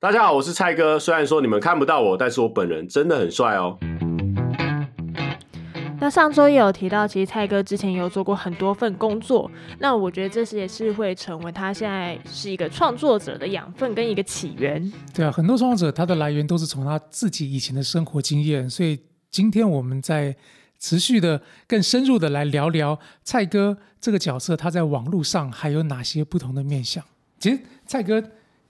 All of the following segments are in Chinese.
大家好，我是蔡哥。虽然说你们看不到我，但是我本人真的很帅哦。嗯那上周也有提到，其实蔡哥之前有做过很多份工作，那我觉得这是也是会成为他现在是一个创作者的养分跟一个起源。对啊，很多创作者他的来源都是从他自己以前的生活经验，所以今天我们在持续的更深入的来聊聊蔡哥这个角色，他在网络上还有哪些不同的面向。其实蔡哥，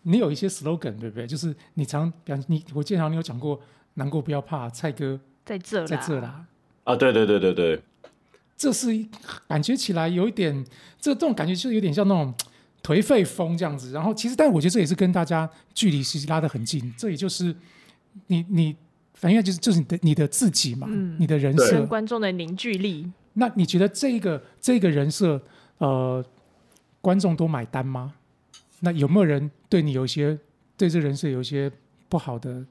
你有一些 slogan 对不对？就是你常，比方你我经常你有讲过，难过不要怕，蔡哥在这啦，在这啦。啊，对对对对对，这是一感觉起来有一点，呃这这种感觉就是有点像那种嘖颓废风这样子。然后其实，但我觉得这也是跟大家距离其实拉得很近，这也就是你你反正就是就是你的你的自己嘛，嗯你的人对跟设。观众的凝聚力。那你觉得这个这个人设，呃，观众都买单吗？那有没有人对你有一些对这人设有一些不好的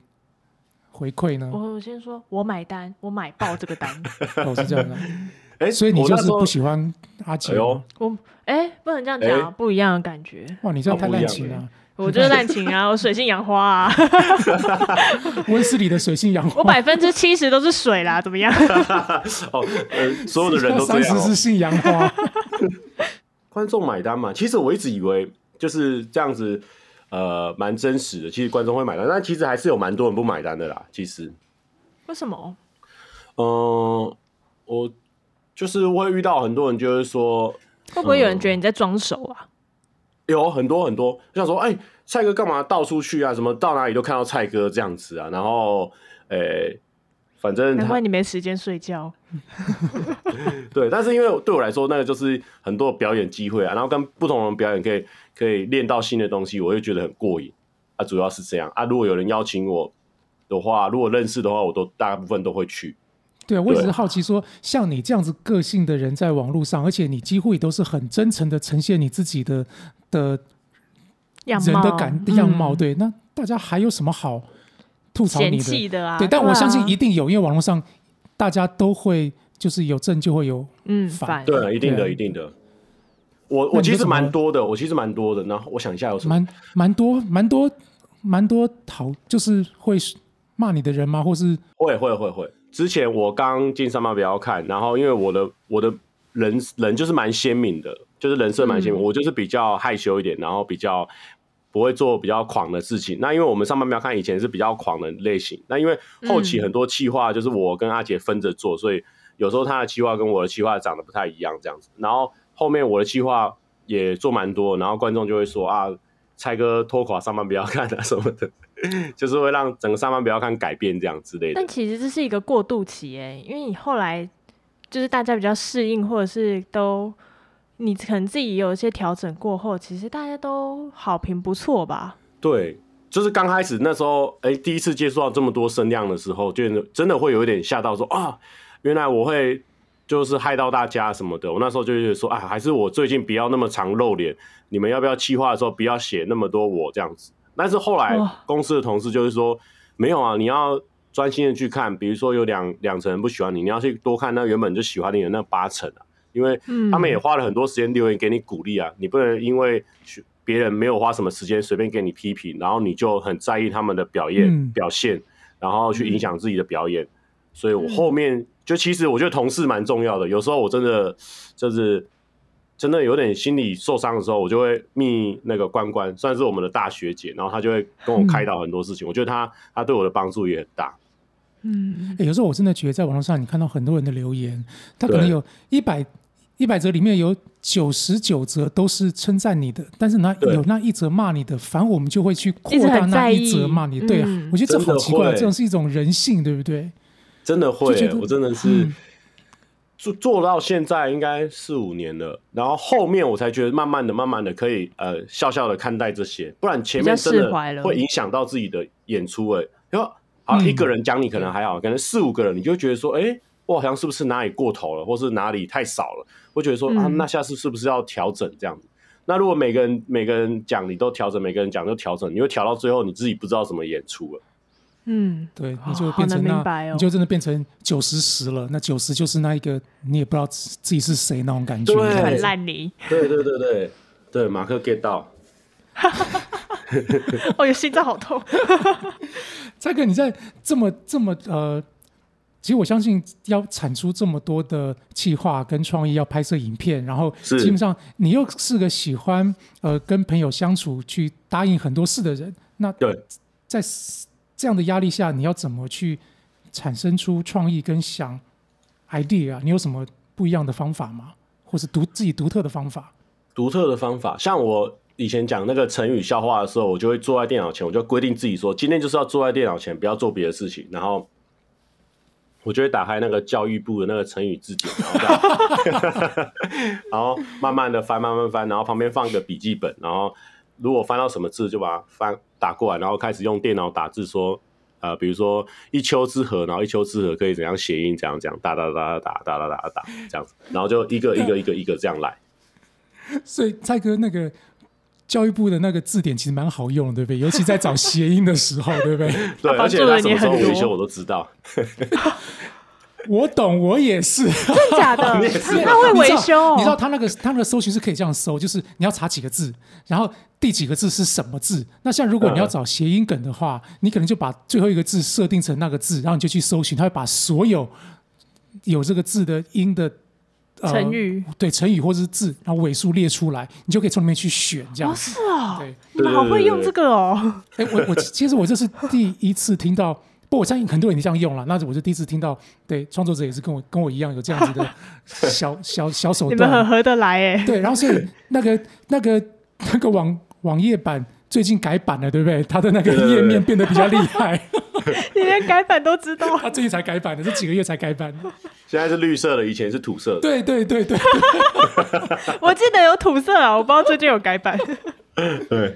回馈呢？我哦我先说，我买单，我买爆这个 单。哦，是这样的，哎、所以你我就那是时候不喜欢阿哎杰吗？呦，我哎、不能这样讲、啊，哎不一样的感觉。哇，你这样太哦不一滥样情了、啊了我就是滥情啊，我水性杨花啊，温室里的水性杨花，我百分之七十都是水啦，怎么样？ 哦， 呃，所有的人都这三样、十是哦，信杨 花，观众买单嘛。其实我一直以为就是这样子，呃，蛮真实的。其实观众会买单，但其实还是有蛮多人不买单的啦。其实，为什么？嗯、我就是会遇到很多人，就是说会不会有人觉得你在装熟啊？有很多很多，就想说，哎、蔡哥干嘛到处去啊？什么到哪里都看到蔡哥这样子啊？然后，呃、反啊正难他怪你没时间睡觉。对，但是因为对我来说，那个就是很多表演机会啊，然后跟不同人表演可以可以练到新的东西，我会觉得很过瘾啊。主要是这样啊，如果有人邀请我的话，如果认识的话，我都大部分都会去。对我只是好奇说，像你这样子个性的人，在网络上，而且你几乎也都是很真诚的呈现你自己的的样人貌的感样貌，嗯对，那大家还有什么好吐槽嫌你弃的？的啊。对，但啊我相信一定有，因为网络上大家都会就是有正就会有，嗯烦烦。对，一定对的，啊一定的。我那我你其是实怎么蛮多的，我其实蛮多的。然后我想一下有什么。蛮蛮多蛮多蛮多讨就是会骂你的人吗？或是会会会会。之前我刚进三八比较看，然后因为我的我的人人就是蛮鲜明的，就是人设蛮鲜明，我就是比较害羞一点，然后比较不会做比较狂的事情。那因为我们上班不要看以前是比较狂的类型，那因为后期很多企划就是我跟阿杰分着做，所以有时候他的企划跟我的企划长得不太一样这样子。然后后面我的企划也做蛮多，然后观众就会说啊。蔡哥拖垮上班不要看啊什么的， 就是会让整个上班不要看改变这样之类的。但其实这是一个过渡期诶，因为你后来就是大家比较适应，或者是都你可能自己有一些调整过后，其实大家都好评不错吧？对，就是刚开始那时候，哎、第一次接触到这么多声量的时候，就真的会有一点吓到说，啊，原来我会就是害到大家什么的。我那时候就觉得说，啊，还是我最近不要那么常露脸，你们要不要企划的时候不要写那么多我这样子。但是后来哇公司的同事就是说，没有啊，你要专心的去看，比如说有两两层人不喜欢你，你要去多看那原本就喜欢你的那八层啊，因为嗯他们也花了很多时间留言给你鼓励啊，你不能因为去别人没有花什么时间随便给你批评，然后你就很在意他们的表演、嗯表现，然后去影响自己的表演。所以我后面就其实我觉得同事蛮重要的，有时候我真的就是真的有点心理受伤的时候，我就会密那个关关，算是我们的大学姐，然后她就会跟我开导很多事情，我觉得她她对我的帮助也很大。嗯，欸有时候我真的觉得在网络上，你看到很多人的留言，他可能对有一百一百则里面有九十九则都是称赞你的，但是那对有那一则骂你的，反而我们就会去扩一直大很那在一意则骂你的。对啊，嗯我觉得这真的好奇怪啊，会这种是一种人性，对不对？真的会、就觉得我真的是嗯做做到现在应该四五年了，然后后面我才觉得慢慢的、慢慢的可以呃笑笑的看待这些，不然前面真比较释怀了的会影响到自己的演出哎、欸。然后好嗯一个人讲你可能还好，可能四五个人你就会觉得说，哎、我好像是不是哪里过头了，或是哪里太少了，会觉得说啊，嗯那下次是不是要调整这样子？那如果每个人每个人讲你都调整，每个人讲就调整，你会调到最后你自己不知道怎么演出了。嗯，对，哦你就变成好难那，明白哦你就真的变成九十十了。那九十就是那一个，你也不知道自自己是谁那种感觉。对这样很子烂泥。对对对对对，马克 get 到。哦，有心脏好痛。蔡哥，你在这么这么呃，其实我相信要产出这么多的企划跟创意，要拍摄影片，然后是基本上你又是个喜欢呃跟朋友相处、去答应很多事的人，那对在这样的压力下，你要怎么去产生出创意跟想 idea 啊？你有什么不一样的方法吗？或是独自己独特的方法？ 独特的方法。像我以前讲那个成语笑话的时候，我就会坐在电脑前，我就规定自己说，今天就是要坐在电脑前，不要做别的事情。然后我就会打开那个教育部的那个成语字典，然后这样然后慢慢的翻，慢慢翻，然后旁边放一个笔记本，然后如果翻到什么字，就把它翻打过来，然后开始用电脑打字说。呃，比如说一丘之貉，然后一丘之貉可以怎样谐音，怎样怎样，哒哒哒哒哒哒哒哒哒，这样子，然后就一个一个一个一个这样来。所以蔡哥那个教育部的那个字典其实蛮好用的，对不对？尤其在找谐音的时候，对不对？对，帮而且助他了你什么时候很维多修我都知道。我懂，我也是。真假 的？你也他是他会维修哦、你知道他那个他那个搜寻是可以这样搜，就是你要查几个字，然后第几个字是什么字。那像如果你要找谐音梗的话，你可能就把最后一个字设定成那个字，然后你就去搜寻，它会把所有有这个字的音的。呃成语哦对成语或是字，然后尾数列出来，你就可以从里面去选这样哦，子。是哦，对，你们好会用这个哦。哎，我我其实我这是第一次听到，不，我相信很多人也这样用了。那我就第一次听到，对，创作者也是跟我跟我一样有这样子的 小小小手你们很段。合得来哎。对，然后所以那个那个那个网网页版最近改版了，对不对？它的那个对对对页面变得比较厉害，你连改版都知道， 它最近才改版的，这几个月才改版的。现在是绿色的，以前是土色的。对对对对，我记得有土色啊，我不知道最近有改版。 对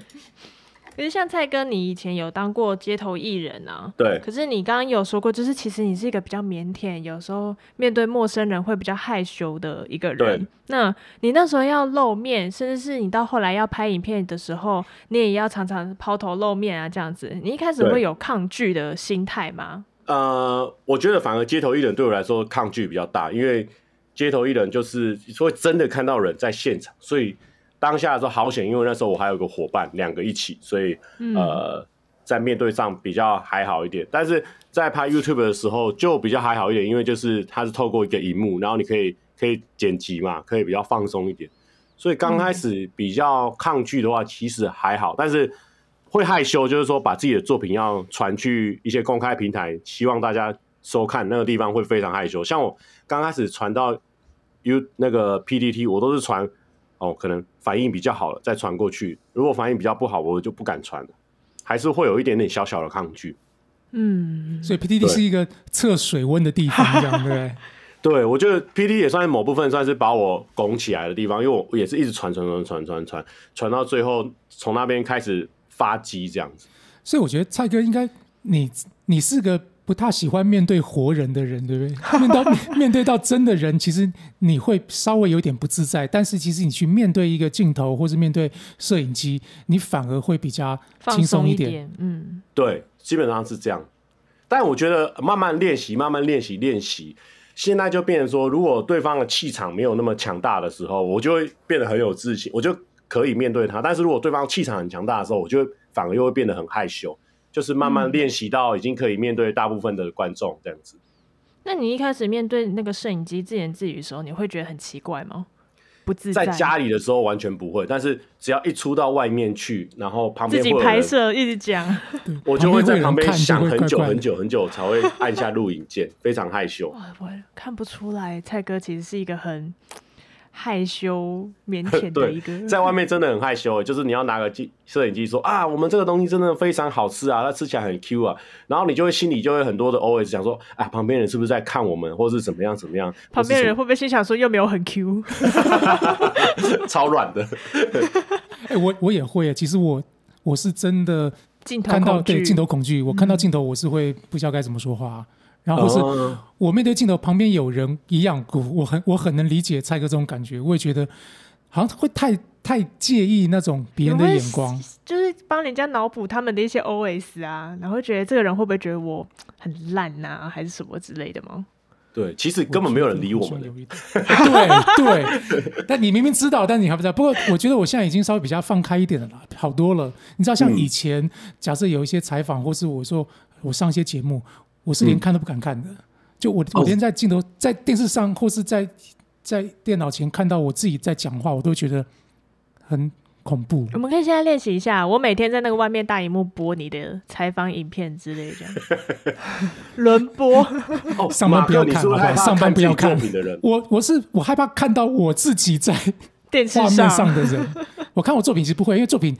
可是像蔡哥，你以前有当过街头艺人 啊？对可是你刚刚有说过，就是其实你是一个比较腼腆，有时候面对陌生人会比较害羞的一个人对。那你那时候要露面，甚至是你到后来要拍影片的时候，你也要常常抛头露面啊，这样子。你一开始对会有抗拒的心态吗？呃，我觉得反而街头艺人对我来说抗拒比较大，因为街头艺人就是会真的看到人在现场，所以当下的时候好险，因为那时候我还有个伙伴，两个一起，所以嗯呃，在面对上比较还好一点。但是在拍 YouTube 的时候就比较还好一点，因为就是它是透过一个荧幕，然后你可以可以剪辑嘛，可以比较放松一点。所以刚开始比较抗拒的话，其实还好，但是会害羞，就是说把自己的作品要传去一些公开平台，希望大家收看那个地方会非常害羞。像我刚开始传到 U 那个 PDT，我都是传哦，可能反应比较好了再传过去，如果反应比较不好，我就不敢传了，还是会有一点点小小的抗拒。嗯，所以 PDD 对是一个测水温的地方，这样对不对？对，我觉得 P D 也算是某部分算是把我拱起来的地方，因为我也是一直传传传传传传传到最后，从那边开始发迹这样子。所以我觉得蔡哥应该你你是个不太喜欢面对活人的人，对不对？ 面到面对到真的人，其实你会稍微有点不自在，但是其实你去面对一个镜头或是面对摄影机，你反而会比较放轻松松一点。点，嗯，对，基本上是这样。但我觉得慢慢练习，慢慢练习，练习，现在就变成说，如果对方的气场没有那么强大的时候，我就会变得很有自信，我就可以面对他。但是如果对方气场很强大的时候，我就会反而又会变得很害羞。就是慢慢练习到已经可以面对大部分的观众这样子。那你一开始面对那个摄影机自言自语的时候，你会觉得很奇怪吗？不自在家里的时候完全不会，但是只要一出到外面去，然后旁自边会己有拍人，摄，一直讲，对我就会在旁边看就想会很怪久怪的很。久很久才会按下录影键， 非常害羞。哇，我看哎不出来，蔡哥其实是一个很害羞、腼腆 的对一个。在外面真的很害羞，就是你要拿个机摄影机说啊，我们这个东西真的非常好吃啊，它吃起来很 Q 啊，然后你就会心里就会很多的 OS 想说啊，旁边人是不是在看我们，或是怎么样怎么样，旁边人或会不会心想说又没有很 Q？是什么 超软的，哎、我我也会，其实我我是真的镜头看到恐对惧，镜头恐惧，我看到镜头我是会不知道该怎么说话，啊然后或是哦我面对镜头旁边有人一样，我我很我很能理解蔡哥这种感觉，我也觉得好像会太太介意那种别人的眼光，就是帮人家脑补他们的一些啊 OS 啊，然后觉得这个人会不会觉得我很烂呐、还是什么之类的吗？对，其实根本没有人理我们觉的得。好像有一点对对，但你明明知道，但你还不知道。不过我觉得我现在已经稍微比较放开一点了啦，好多了。你知道，像以前、假设有一些采访，或是我说我上一些节目，我是连看都不敢看的。就我我连在镜头、在电视上，或是在在电脑前看到我自己在讲话，我都觉得很恐怖。我们可以现在练习一下，我每天在那个外面大荧幕播你的采访影片之类的， 轮播。哦，上班不要马克你看是是好不好害怕上班不要看看自己作品的人？我我是我害怕看到我自己 在电视画面上，上的人。我看我作品其实不会，因为作品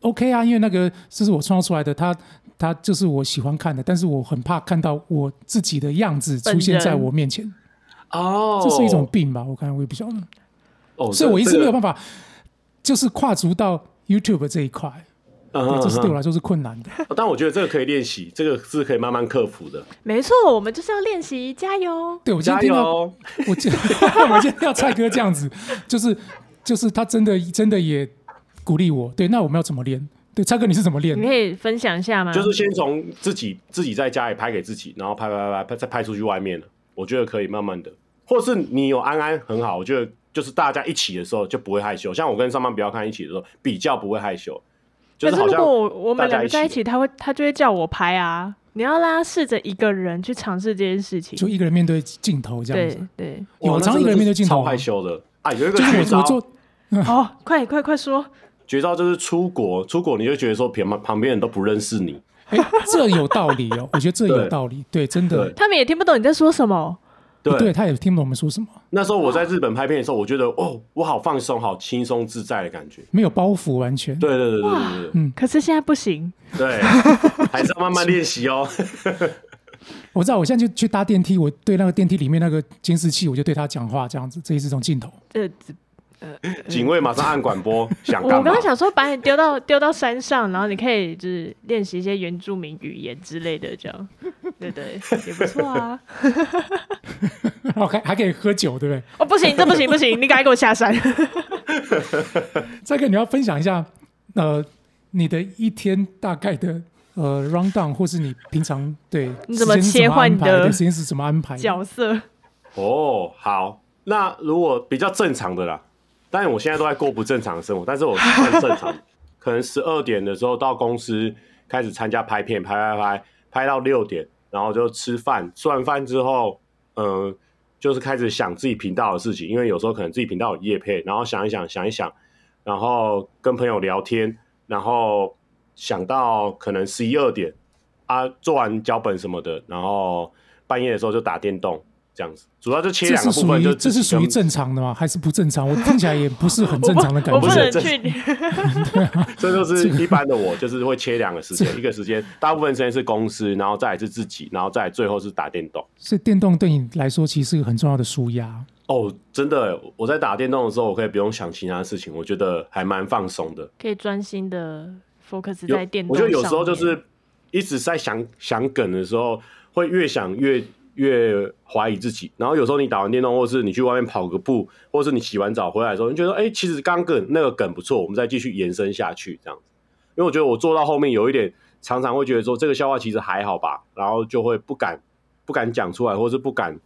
OK 啊，因为那个这是我创造出来的，它它就是我喜欢看的，但是我很怕看到我自己的样子出现在我面前，哦，这是一种病吧？我看我也不晓得，哦，所以我一直没有办办法，就是跨足到 YouTube 这一块，对，这是对我来说是困难的。嗯但我觉得这个可以练习，这个是可以慢慢克服的。没错，我们就是要练习，加油！对我今天加听到油！哦我 今我今天要蔡哥这样子，就是就是他真的真的也鼓励我，对，那我们要怎么练？对，蔡哥你是怎么练你？可以分享一下吗？就是先从自己自己在家里拍给自己，然后拍拍拍拍，再拍出去外面了。我觉得可以慢慢的，或是你有安安很好，我觉得就是大家一起的时候就不会害羞。像我跟上班不要看一起的时候，比较不会害羞，就可好如像果我我大们家两个在一的起，他会他就会叫我拍啊。你要让他试着一个人去尝试这件事情。就一个人面对镜头这样子对。对，哇有那常真一个的人面是对镜头超啊害羞的啊！有一个就是绝我招，我做哦，快快快说！绝招就是出国，出国你就觉得说旁旁边人都不认识你，哎， 这有道理 哦，我觉得这有道理，对，真的对，他们也听不懂你在说什么。对，对，他也听不懂我们说什么，那时候我在日本拍片的时候，我觉嗯得哦，我好放松，好轻松自在的感觉。没有包袱，完全。对对对对对对嗯可是现在不行，对，还是要慢慢练习 哦。我知道，我现在就去搭电梯，我对那个电梯里面那个监视器，我就对他讲话，这样子，这也是一种镜头。 这警卫马上按管拨，想呃我干刚嘛刚？想说把你丢到丢到山上，然后你可以就是练习一些原住民语言之类的，这样，对对，也不错啊。然后还还可以喝酒，对不对？哦，不行，这不行不行，你赶快给我下 山。再跟你要分享一下，呃，你的一天大概的呃 round down，或是你平常对你怎么时间是切换安排的对时间是怎么安排的？角色哦，好，那如果比较正常的啦，当然我现在都在过不正常的生活，但是我算正常， 可能十二点的时候到公司开始参加拍片，拍拍拍，拍到六点，然后就吃饭，吃完饭之后，嗯、就是开始想自己频道的事情，因为有时候可能自己频道有夜配，然后想一想，想一想，然后跟朋友聊天，然后想到可能十一二点啊，做完脚本什么的，然后半夜的时候就打电动这样子，主要就切这两个是部属分，就于是这是自己属于跟正常的吗？还是不正常？我听起来也不是很正常的感我不是能这觉。去，这就是一般的我，就是会切两个时间，一个时间大部分时间是公司，然后再来是自己，然后再来最后是打电动。所以电动对你来说其实是个很重要的舒压。哦，真的，我在打电动的时候，我可以不用想其他事情，我觉得还蛮放松的。可以专心的 focus 有在电，动我上觉得面。有时候就是一直在想想梗的时候，会越想越越怀疑自己。然后有时候你打完电动，或是你去外面跑个步，或是你洗完澡回来的时候，你觉得哎、诶其实刚梗那个梗不错，我们再继续延伸下去这样子。因为我觉得我做到后面有一点，常常会觉得说这个笑话其实还好吧，然后就会不敢不敢讲出来，或是不敢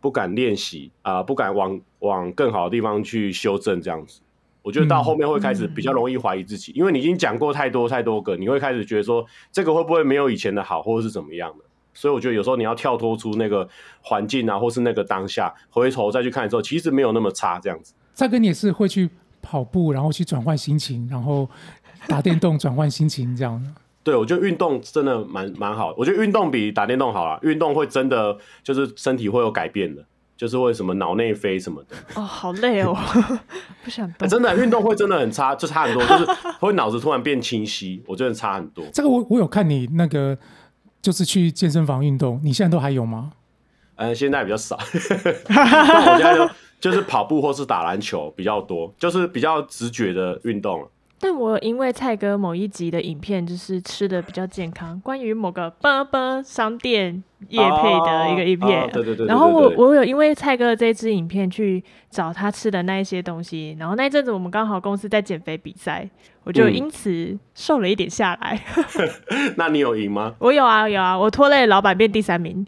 不敢练习啊、不敢往往更好的地方去修正这样子。我觉得嗯到后面会开始比较容易怀疑自己，因为你已经讲过太多太多个，你会开始觉得说这个会不会没有以前的好，或者是怎么样的。所以我觉得有时候你要跳脱出那个环境啊，或是那个当下，回头再去看的时候，其实没有那么差这样子。蔡哥，你也是会去跑步，然后去转换心情，然后打电动转换心情这样的。对，我觉得运动真的蛮蛮好的，我觉得运动比打电动好啦，运动会真的就是身体会有改变的，就是会什么脑内啡什么的，哎哦，好累哦， 不想 动。真的运动会真的很差，就差很多，就是会脑子突然变清晰，我觉得差很多。这个我我有看你那个，就是去健身房运动，你现在都还有吗？呃，现在比较少， 那我现在就就是跑步或是打篮球比较多，就是比较直觉的运动了。但我因为蔡哥某一集的影片就是吃的比较健康，关于某个波波商店叶配的一个影片。哦对对对对然后我对对我有因为蔡哥这支影片去找他吃的那一些东西，然后那一阵子我们刚好公司在减肥比赛，我就嗯因此瘦了一点下来。 那你有赢吗？我有啊有啊，我拖累老板变第三名，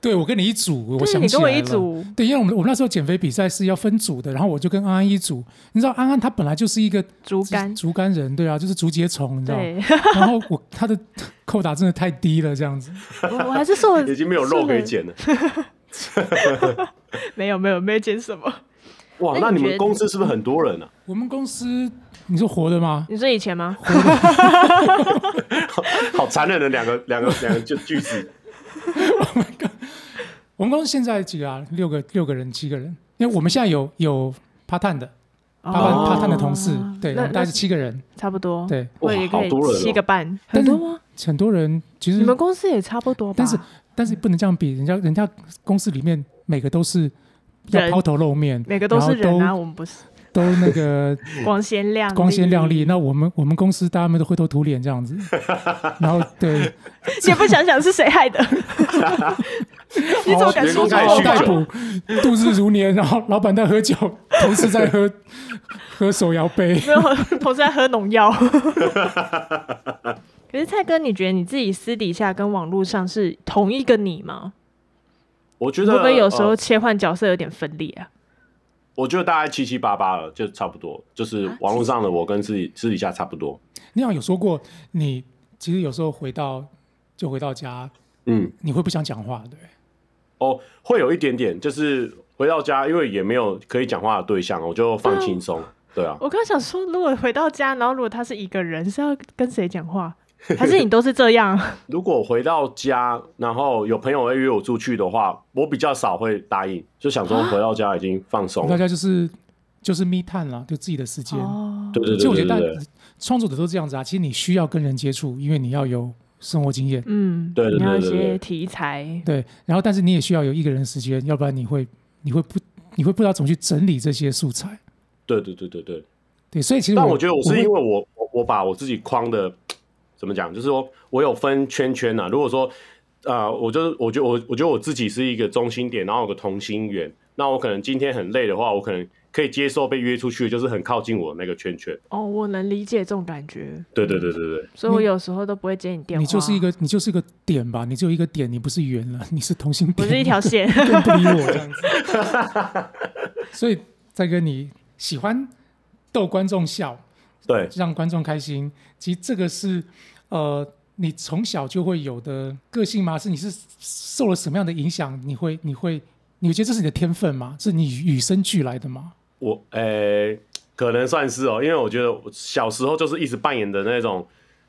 对，我跟你一组，我就是想你起跟来我一了组，对，因为我们我们那时候减肥比赛是要分组的，然后我就跟安安一组。你知道安安她本来就是一个竹竿。竹竿人，对啊，就是竹节虫，你知道。对，然后我她的扣打真的太低了，这样子。 我我还是瘦了，已经没有肉可以瘦捡了。了， 没有没有没有减什么。哇，那那你你觉们得公司是不是很多人啊？我们公司，你说活的吗？你说以前吗？好残忍的两个两个两个句句子。我们公司现在几个啊？六个六个人，七个人。因为我们现在有有 part time 的 part time、哦 part time 的同事，对，我那们那大概哦是七个人，差不多。，对，我也哇好可以多人哦七个半，很但是多吗？很多人其实你们公司也差不多吧？但是但是不能这样比，人家人家公司里面每个都是要人抛头露面，每个都是人然啊，后我们不是都都 那个光鲜亮光鲜啊亮丽。，那我们我们公司大家们都灰头土脸这样 子，然后对，也不想想是谁 害的。你怎么敢说哦员工出开始酗酒口逮吧？捕，度日如年，然后老板在喝酒，同事在喝 喝手摇杯。没有，同事在喝农药。 可是蔡哥，你觉得你自己私底下跟网络上是同一个你吗？我觉会得不会有时候呃切换角色有点分裂啊？我觉得大概七七八八了，就差不多，就是啊网络上的我跟自己私底下差不多。你好像有说过，你其实有时候回到就回到家，嗯，你会不想讲话，对不对？哦，会有一点点，就是回到家，因为也没有可以讲话的对象，我就放轻松。对啊，我刚想说，如果回到家，然后如果他是一个人，是要跟谁讲话？ 还是你都是这 样？如果回到家，然后有朋友会约我出去的话，我比较少会答应，就想说回到家已经放松大了。家就是就是 me time 啦，就自己的时间。哦，对对其实对我觉对得对大创作者都这样子啊，其实你需要跟人接触，因为你要有生活经验， 嗯，对对你要一对对些对题材，对，然后但是你也需要有一个人的时间，要不然你会你会不你会不知道怎么去整理这些素材，对对对对对。对，所以其实但我我觉得我是会因为我我我把我自己框的怎么讲，就是说我有分圈圈呐、如果说啊，我就是我觉得我我觉得我自己是一个中心点，然后有个同心圆。那我可能今天很累的话，我可能可以接受被约出去，就是很靠近我那个圈圈。哦，我能理解这种感觉，对对对对对，所以我你有时候都不会接你电话。你就是一个你就是一个点吧，你只有一个点，你不是圆了， 你是同心不点，是一 条线，你根本不理我这样子。所以再跟你呃喜欢逗观众笑，对让观众开心，其实这个是呃你从小就会有的个性吗？是你是受了什么样的影响？你会你会你会觉得这是你的天分吗？是你与生俱来的吗？我诶、可能算是哦，因为我觉得我小时候就是一直扮演的那种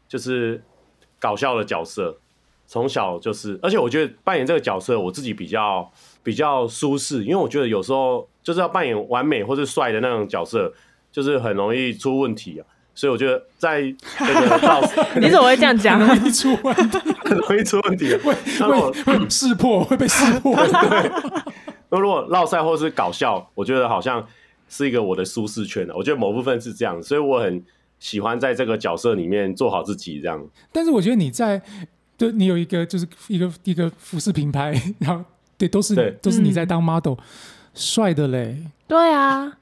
就是搞笑的角色，从小就是，而且我觉得扮演这个角色我自己比较比较舒适，因为我觉得有时候就是要扮演完美或是帅的那种角色，就是很容易出问题啊。所以我觉得在这个到你怎么会这样讲？很容易出问题，很容易出问题啊。那我会会识破，会被识破。那如果绕赛或是搞笑，我觉得好像是一个我的舒适圈的、我觉得某部分是这样，所以我很喜欢在这个角色里面做好自己，这样。但是我觉得你在，就你有一个就是一个一个服饰品牌，然后对，都是对都是你在嗯当 model，、帅的嘞。 对啊，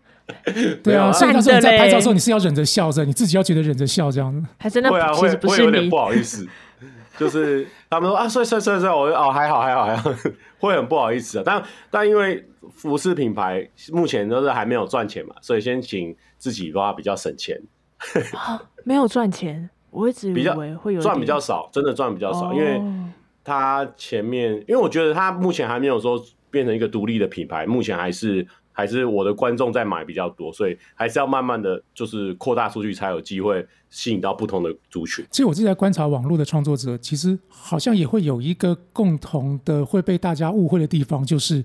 对没有啊，啊所以那时候赞的你在嘞拍照的时候，你是要忍着笑着，你自己要觉得忍着笑这样子。还真的会啊，其会实不会是有点你不，好意 思，就是他们说啊，帅帅帅帅，我就哦还好还好还 好，会很不好意思啊。但但因为服饰品牌目前都是还没有赚钱嘛，所以先请自己的话比较省钱，没有赚钱，我一直比以较为会有一赚比点较少，真的赚比较少，哦因为他前面，因为我觉得他目前还没有说变成一个独立的品牌，目前还是还是我的观众在买比较多，所以还是要慢慢的就是扩大出去，才有机会吸引到不同的族群。其实我自己在观察网络的创作者，其实好像也会有一个共同的会被大家误会的地方，就是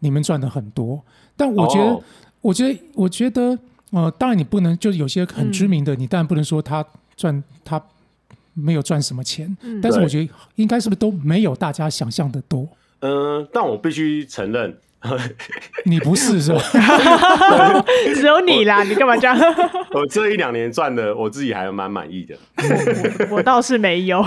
你们赚的很多。但我觉得，哦我觉得，我觉得，呃，当然你不能就是有些很知名的，你当然不能说他赚他没有赚什么钱，嗯但是我对觉得应该是不是都没有大家想象的多。呃嗯、但我必须承认，你不是是吧？只有你啦，你干嘛 这样？我这一两年赚的，我自己还蛮满意的。我我我倒是没有，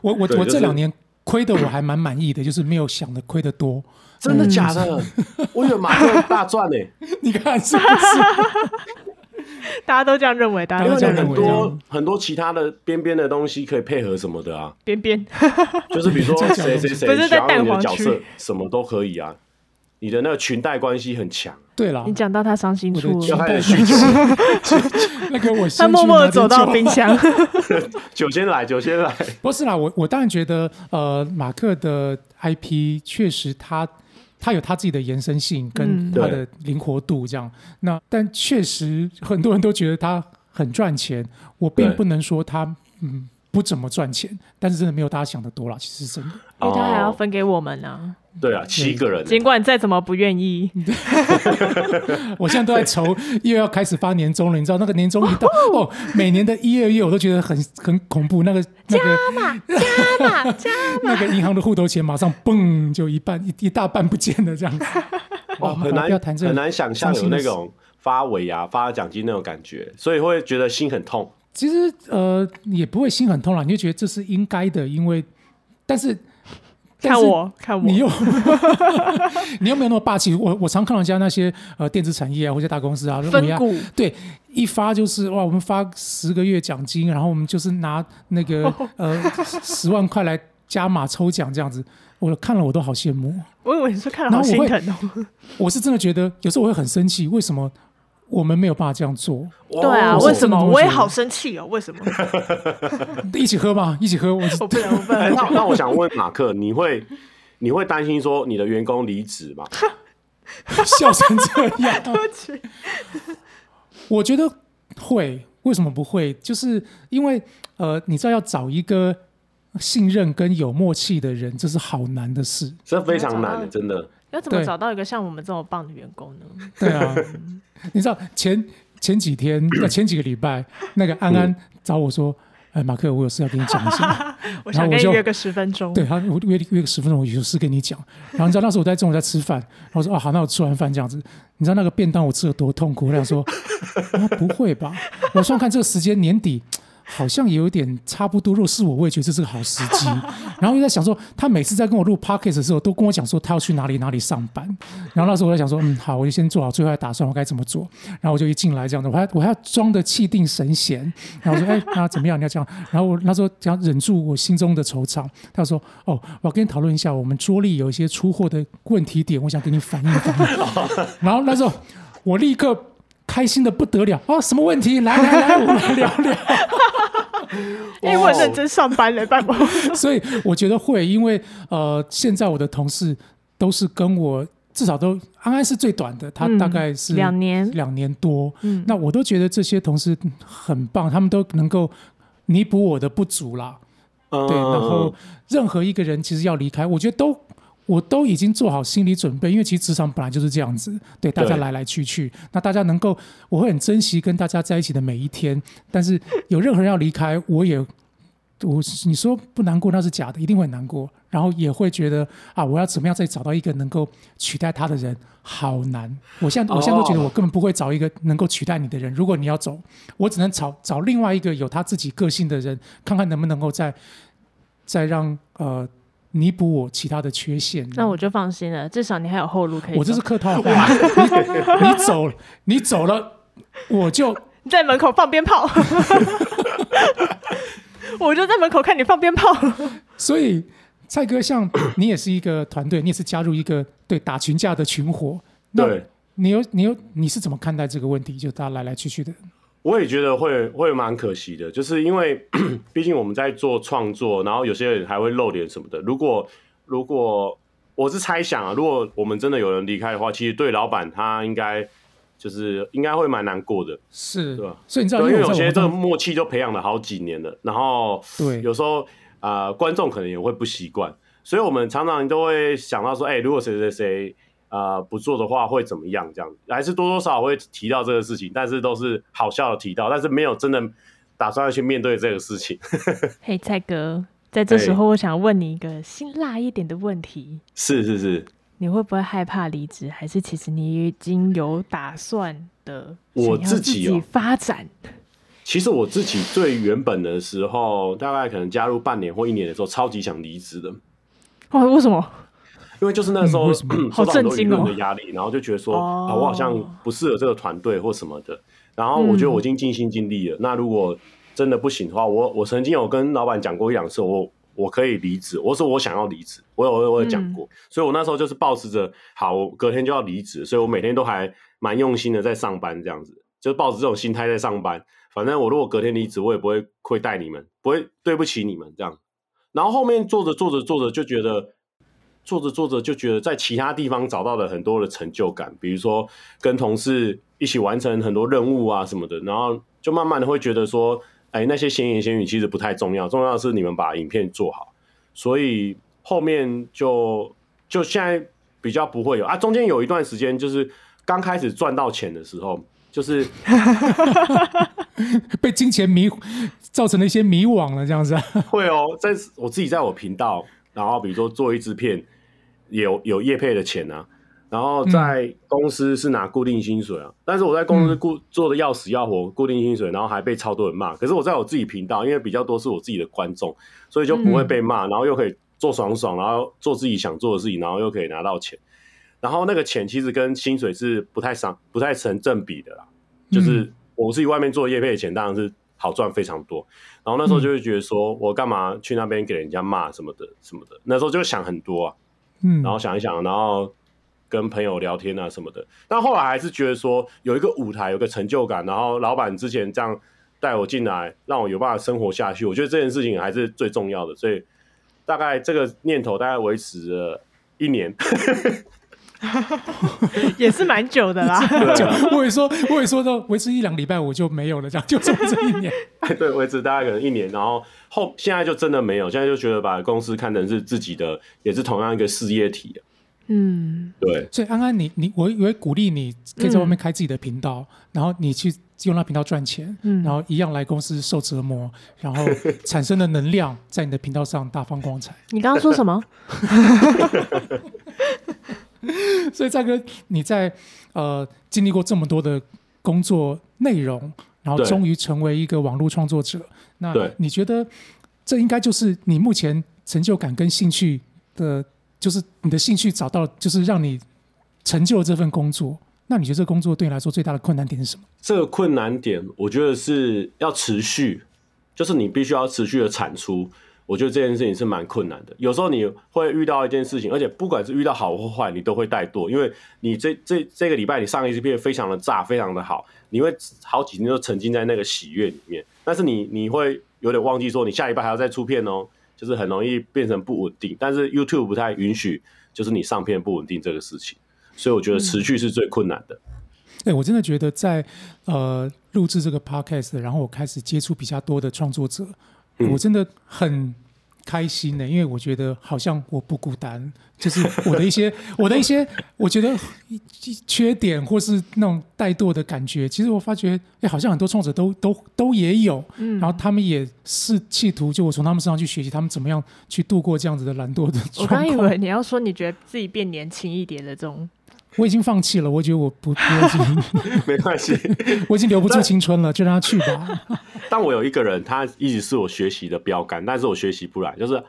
我我对就我这是两年亏的我还蛮满意的，就是没有想的亏的多。真的假的？嗯我以为马克大赚欸呢、 你看是不 是？大家都这样认为，大家因都为这有样很认为。这样多很多其他的边边的东西可以配合什么的啊，边边，就是比如说谁谁不谁是在想要你蛋的黄角色区，什么都可以啊。你的那个裙带关系很强，对啦你，讲到他伤心我的处要了，开始裙酗酒，那个我他先默去默拿的点走到 酒冰箱。酒先来，酒先来。不是啦，我我当然觉得，呃，马克的 IP 确实他他有他自己的延伸性跟嗯他的灵活度这样。那但确实很多人都觉得他很赚钱，我并对不能说他嗯不怎么赚钱，但是真的没有大家想的多啦，其实真的。因为他还要哦，分给我们呢、对啊，七个人，尽管再怎么不愿意，我现在都在愁，又要开始发年终了，你知道那个年终一到，哦，每年的一月月我都觉得很很恐怖，那个那个加嘛加，那个银行的户头钱马上嘣就一半一一大半不见了这样子。哦，很麻烦难不要谈这个很难想象伤有心的那事种发尾牙、发奖金那种感觉，所以会觉得心很痛。其实呃也不会心很痛啦，你就觉得这是应该的，因为但是但 看是我看我你，又 你又没有那么霸气。我我常看到人家那些呃电子产业啊或者大公司啊，我们分要股对，一发就是哇，我们发十个月奖金，然后我们就是拿那 个呃十万块来加码抽奖这样子。我看了我都好羡慕，我以为你说看了好心疼哦。我是真的觉得有时候我会很生气，为什么我们没有办法这样做？ 对啊，哦为什么我是这么觉得我也好生气哦？为什么？ 一起喝嘛，一起喝，我我不能，我 不哎啊能。那那我想问马克，你会你会担心说你的员工离职吗？笑成这样。 对不起我觉得会，为什么不会？就是因为呃，你知道要找一个信任跟有默契的人，这是好难的事。这非常难的，我要找到真的。要怎么对找到一个像我们这么棒的员工呢？对啊，你知道前前几天、呃、前几个礼拜，那个安安找我说：“哎，马克，我有事要跟你讲一下。我然想跟后我你就约个十分钟”。对他，我约约个十分钟，我有事跟你讲。然后你知道那时候我在中午在吃饭，然后我说：“哦，好，那我吃完饭这样子。”你知道那个便当我吃的多痛苦？我想说、 啊，不会吧？我算看这个时间，年底好像也有点差不多。若是我，我也觉得这是个好时机。然后又在想说，他每次在跟我录 podcast 的时候，都跟我讲说他要去哪里哪里上班。然后那时候我在想说，嗯，好，我就先做好最坏的打算，我该怎么做。然后我就一进来这样子，我还我还要装的气定神闲。然后我说，哎，那怎么样？你要这样。然后我那时候想忍住我心中的惆怅。他说，哦，我要跟你讨论一下，我们桌历有一些出货的问题点，我想跟你反映反映。然后那时候我立刻开心的不得了啊！什么问题？来来来，我们来聊聊。哎、我哦认真上班了，拜托。所以我觉得会，因为呃，现在我的同事都是跟我至少都安安是最短的，他嗯大概是两年两年多。嗯那我都觉得这些同事很棒，他们都能够弥补我的不足啦。嗯对，然后任何一个人其实要离开，我觉得都我都已经做好心理准备，因为其实职场本来就是这样子，对大家对来来去去，那大家能够，我会很珍惜跟大家在一起的每一天，但是有任何人要离开，我也。我你说不难过那是假的，一定会很难过，然后也会觉得啊，我要怎么样再找到一个能够取代他的人，好难。我现在我现在都觉得哦我根本不会找一个能够取代你的人。如果你要走，我只能找找另外一个有他自己个性的人，看看能不能够再再让呃弥补我其他的缺陷。那我就放心了，至少你还有后路可以走。我这是客套话，你你走你走了，我就你在门口放鞭 炮， 我就在门口看你放鞭炮。所以蔡哥，像你也是一个团队，你也是加入一个对打群架的群伙，那对，你有你有你是怎么看待这个问题？就大家来来去去的，我也觉得会会蛮可惜的，就是因为 毕竟我们在做创作，然后有些人还会露脸什么的。如果如果我是猜想啊，如果我们真的有人离开的话，其实对老板他应该就是应该会蛮难过的，是对啊所以你知对，道，因因为为有我在些我这个当默契都培养了好几年了，然后对有时候啊、呃观众可能也会不习惯，所以我们常常都会想到说，哎、如果谁谁谁啊不做的话会怎么样？这样还是多多少少会提到这个事情，但是都是好笑的提到，但是没有真的打算要去面对这个事情。嘿，蔡哥，在这时哎候我想问你一个辛辣一点的问题：是是是，你会不会害怕离职？还是其实你已经有打算 的？我想要自自己哦发展，其实我自己最原本的时候，大概可能加入半年或一年的时候，超级想离职的，哇，为什么？ 因为就是那时嗯候、为什么受到很多好舆震惊哦论的压力，然后就觉得说、哦啊，我好像不适合这个团队或什么的。然后嗯我觉得我已经尽心尽力了，那如果真的不行的话，我我曾经有跟老板讲过一两次，我我可以离职，我说我想要离职，我有我有我有嗯讲过，所以我那时候就是抱持着好，我隔天就要离职，所以我每天都还蛮用心的在上班，这样子，就是抱着这种心态在上班。反正我如果隔天离职，我也不会亏待你们，不会对不起你们这样。然后后面做着做着做着就觉得，做着做着就觉得在其他地方找到了很多的成就感，比如说跟同事一起完成很多任务啊什么的，然后就慢慢的会觉得说，哎，那些闲言闲语其实不太重要，重要的是你们把影片做好。所以后面就就现在比较不会有啊，中间有一段时间就是刚开始赚到钱的时候，就是被金钱迷造成了一些迷惘了，这样子啊。会哦，在我自己在我频道，然后比如说做一支片，有有业配的钱啊，然后在公司是拿固定薪水啊，但是我在公司嗯固、做的要死要活，固定薪水，然后还被超多人骂。可是我在我自己频道，因为比较多是我自己的观众，所以就不会被骂，然后又可以做爽爽，然后做自己想做的事情，然后又可以拿到钱，然后那个钱其实跟薪水是不太相不太成正比的啦。就是我自己外面做业配的钱当然是好赚非常多，然后那时候就会觉得说我干嘛去那边给人家骂什么的什么的，那时候就想很多啊，嗯，然后想一想，然后跟朋友聊天啊什么的，但后来还是觉得说有一个舞台，有个成就感，然后老板之前这样带我进来，让我有办法生活下去，我觉得这件事情还是最重要的，所以大概这个念头大概维持了一年，也是蛮久的啦。啊就我也说，我也说到维持一两礼拜我就没有了，这样就做这一年。对，维持大概可能一年，然后后现在就真的没有，现在就觉得把公司看成是自己的，也是同样一个事业体啊。 嗯，对，所以安安你，你我我会鼓励你可以在外面开自己的频嗯道，然后你去用那频道赚钱，嗯然后一样来公司受折磨， 然后产生的能量在你的频道上大放光彩。 你刚刚说什 么？所以，蔡哥，你在呃经历过这么多的工作内容，然后对终于成为一个网络创作者，那对你觉得这应该就是你目前成就感跟兴趣的，就是你的兴趣找到，就是让你成就了这份工作。那你觉得这个工作对你来说最大的困难点是什么？这个困难点，我觉得是要持续，就是你必须要持续的产出。我觉得这件事情是蛮困难的。有时候你会遇到一件事情，而且不管是遇到好或坏，你都会怠惰，因为你这这这个礼拜你上一支片非常的炸，非常的好，你会好几天都沉浸在那个喜悦里面。但是你你会有点忘记说，你下礼拜还要再出片哦，就是很容易变成不稳定。但是 YouTube 不太允许，就是你上片不稳定这个事情，所以我觉得持续是最困难的。对我真的觉得在呃录制这个 podcast，然后我开始接触比较多的创作者，嗯我真的很开心呢、因为我觉得好像我不孤单，就是我的一些我的一些我觉得缺点或是那种怠惰的感觉，其实我发觉哎，好像很多创作者都都都也有，嗯然后他们也是企图就我从他们身上去学习他们怎么样去度过这样子的懒惰的我状刚况。以为你要说你觉得自己变年轻一点的这种，我已经放弃了，我觉得我不，我已经 没关系。我已经留不住青春了，就让他去吧。但我有一个人，他一直是我学习的标杆，但是我学习不来，就是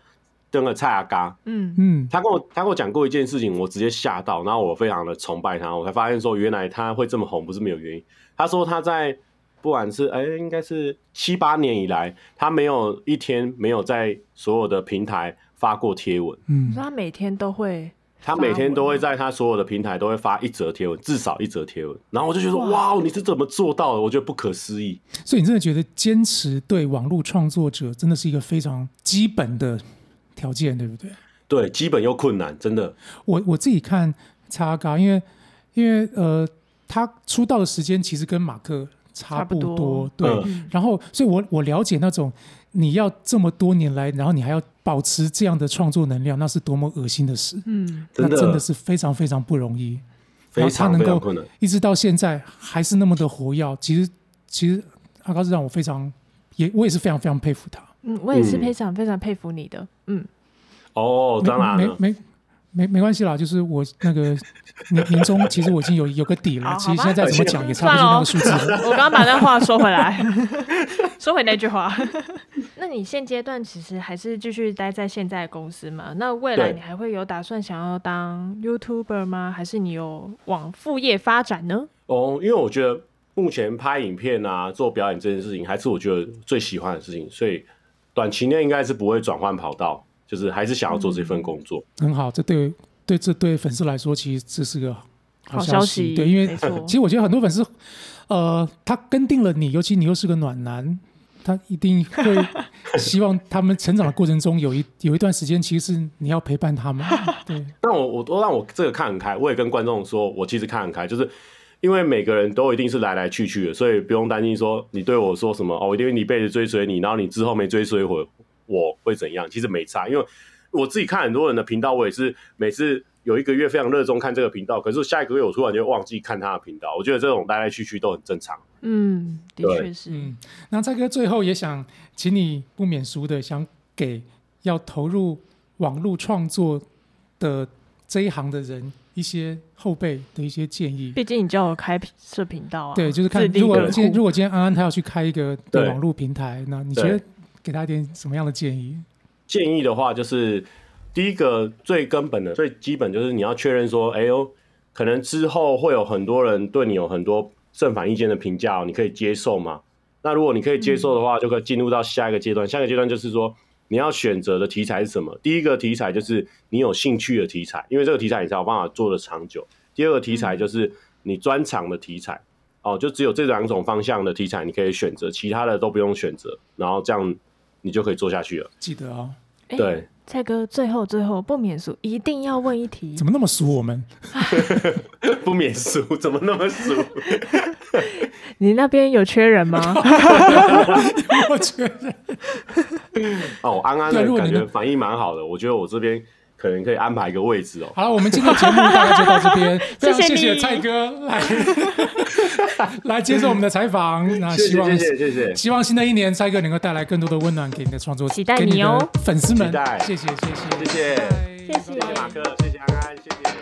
那个蔡阿嘎，嗯嗯，他跟我他跟我讲过一件事情，我直接吓到，然后我非常的崇拜他，我才发现说原来他会这么红不是没有原因。他说他在不管是哎、应该是七八年以来，他没有一天没有在所有的平台发过贴文，嗯你说他每天都会他每天都会在他所有的平台都会发一则贴文，至少一则贴文。然后我就觉得哇，你是怎么做到的？我觉得不可思议。所以你真的觉得坚持对网络创作者真的是一个非常基本的条件，对不对？对，基本又困难，真的。我我自己看叉嘎，因为因为呃，他出道的时间其实跟马克差不差不多对。嗯嗯然后，所以我我了解那种你要这么多年来，然后你还要保持这样的创作能量，那是多么恶心的事，嗯真的那真的是非常非常不容易。非常然后非他常能困够难。一直到现在还是那么的活跃，其实其实阿高是让我非常也我也是非常非常佩服他。嗯，我也是嗯非常非常佩服你的，嗯哦，当然没了，没没没没关系啦，就是我那个 年年终，其实我已经有有个底了，啊好其实现在再怎么讲也差不好进那吧个数 字了。哦我刚刚把那话说回 来，说回那句话。那你现阶段其实还是继续待在现在的公司嘛？那未来对你还会有打算想要当 YouTuber 吗？还是你有往副业发展呢？哦，因为我觉得目前拍影片啊、做表演这件事情，还是我觉得最喜欢的事情，所以短期内应该是不会转换跑道，就是还是想要做这份工作。很好，这对对这对粉丝来说，其实这是个好消息。息，对，因为没错其实我觉得很多粉丝，呃，他跟定了你，尤其你又是个暖男，他一定 会希望他们成长的过程中有一有一段时间，其实是你要陪伴 他们。对，但我我都让我这个看很开，我也跟观众说，我其实看很开，就是因为每个人都一定是来来去去的，所以不用担心说你对我说什么哦，我一定一辈子追随你，然后你之后没追随我，我会怎样？其实没差，因为我自己看很多人的频道，我也是每次有一个月非常热衷看这个频道，可是下一个月我突然就忘记看他的频道，我觉得这种来来去去都很正常。嗯，的对确是。嗯，那蔡哥最后也想请你不免俗的，想给要投入网络创作的这一行的人一些后辈的一些建议。毕竟你叫我开频设频道啊，对，就是看自立如果门户今天如果今天安安他要去开一个对网络平台，那你觉对得给他一点什么样的建议？建议的话，就是第一个最根本的、最基本就是你要确认说，哎呦，可能之后会有很多人对你有很多正反意见的评价哦、你可以接受吗？那如果你可以接受的话，就可以进入到下一个阶段。下一个阶段就是说，你要选择的题材是什么？第一个题材就是你有兴趣的题材，因为这个题材你才有办法做的长久。第二个题材就是你专长的题材，哦，就只有这两种方向的题材你可以选择，其他的都不用选择，然后这样你就可以做下去了。记得哦，哎对，蔡哥最后最后不免俗，一定要问一题怎，么那么熟我们？ 不免俗，怎么那么俗？你那边有缺人吗？ 我觉得哦，安安对的如果感你觉能反应蛮好的，我觉得我这边可能可以安排一个位置哦。好了，我们今天的节目大概就到这 边，非常谢谢谢谢你蔡哥来 来接受我们的采访，那谢啊希谢望谢谢谢谢，希望新的一年蔡哥能够带来更多的温暖给你的创作，期待给你你哦的粉丝们期待，谢谢谢谢谢谢谢谢拜谢谢马哥，谢谢安安，谢谢。哦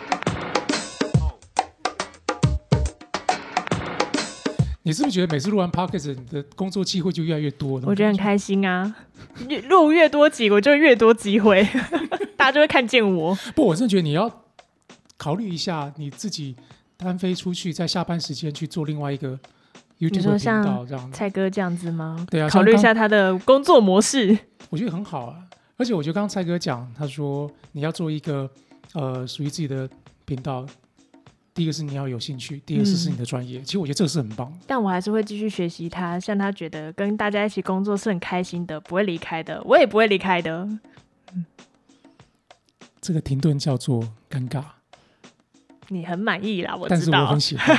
你是不是觉得每次录完 podcast，你的工作机会就越来越多了？我觉得很开心啊，越录越多集，我就越多机会， 大家就会看见我。不，我真的觉得你要考虑一下你自己单飞出去，在下班时间去做另外一个 YouTube 说频像道，这样子蔡哥这样子吗？对啊考虑一下他的工作模式。我觉得很好啊。而且我觉得刚刚蔡哥讲，他说你要做一个呃属于自己的频道，第一个是你要有兴趣，第二个是嗯是你的专业。其实我觉得这个是很棒的。但我还是会继续学习他，像他觉得跟大家一起工作是很开心的，不会离开的，我也不会离开的。这个停顿叫做尴尬，你很满意啦，我但知是我道很。喜 欢。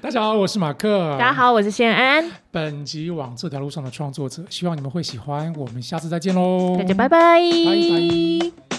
大家好，我是马克。大家好，我是谢安安，本集往这条路上的创作者，希望你们会喜欢。我们下次再见喽，哦大家拜拜拜拜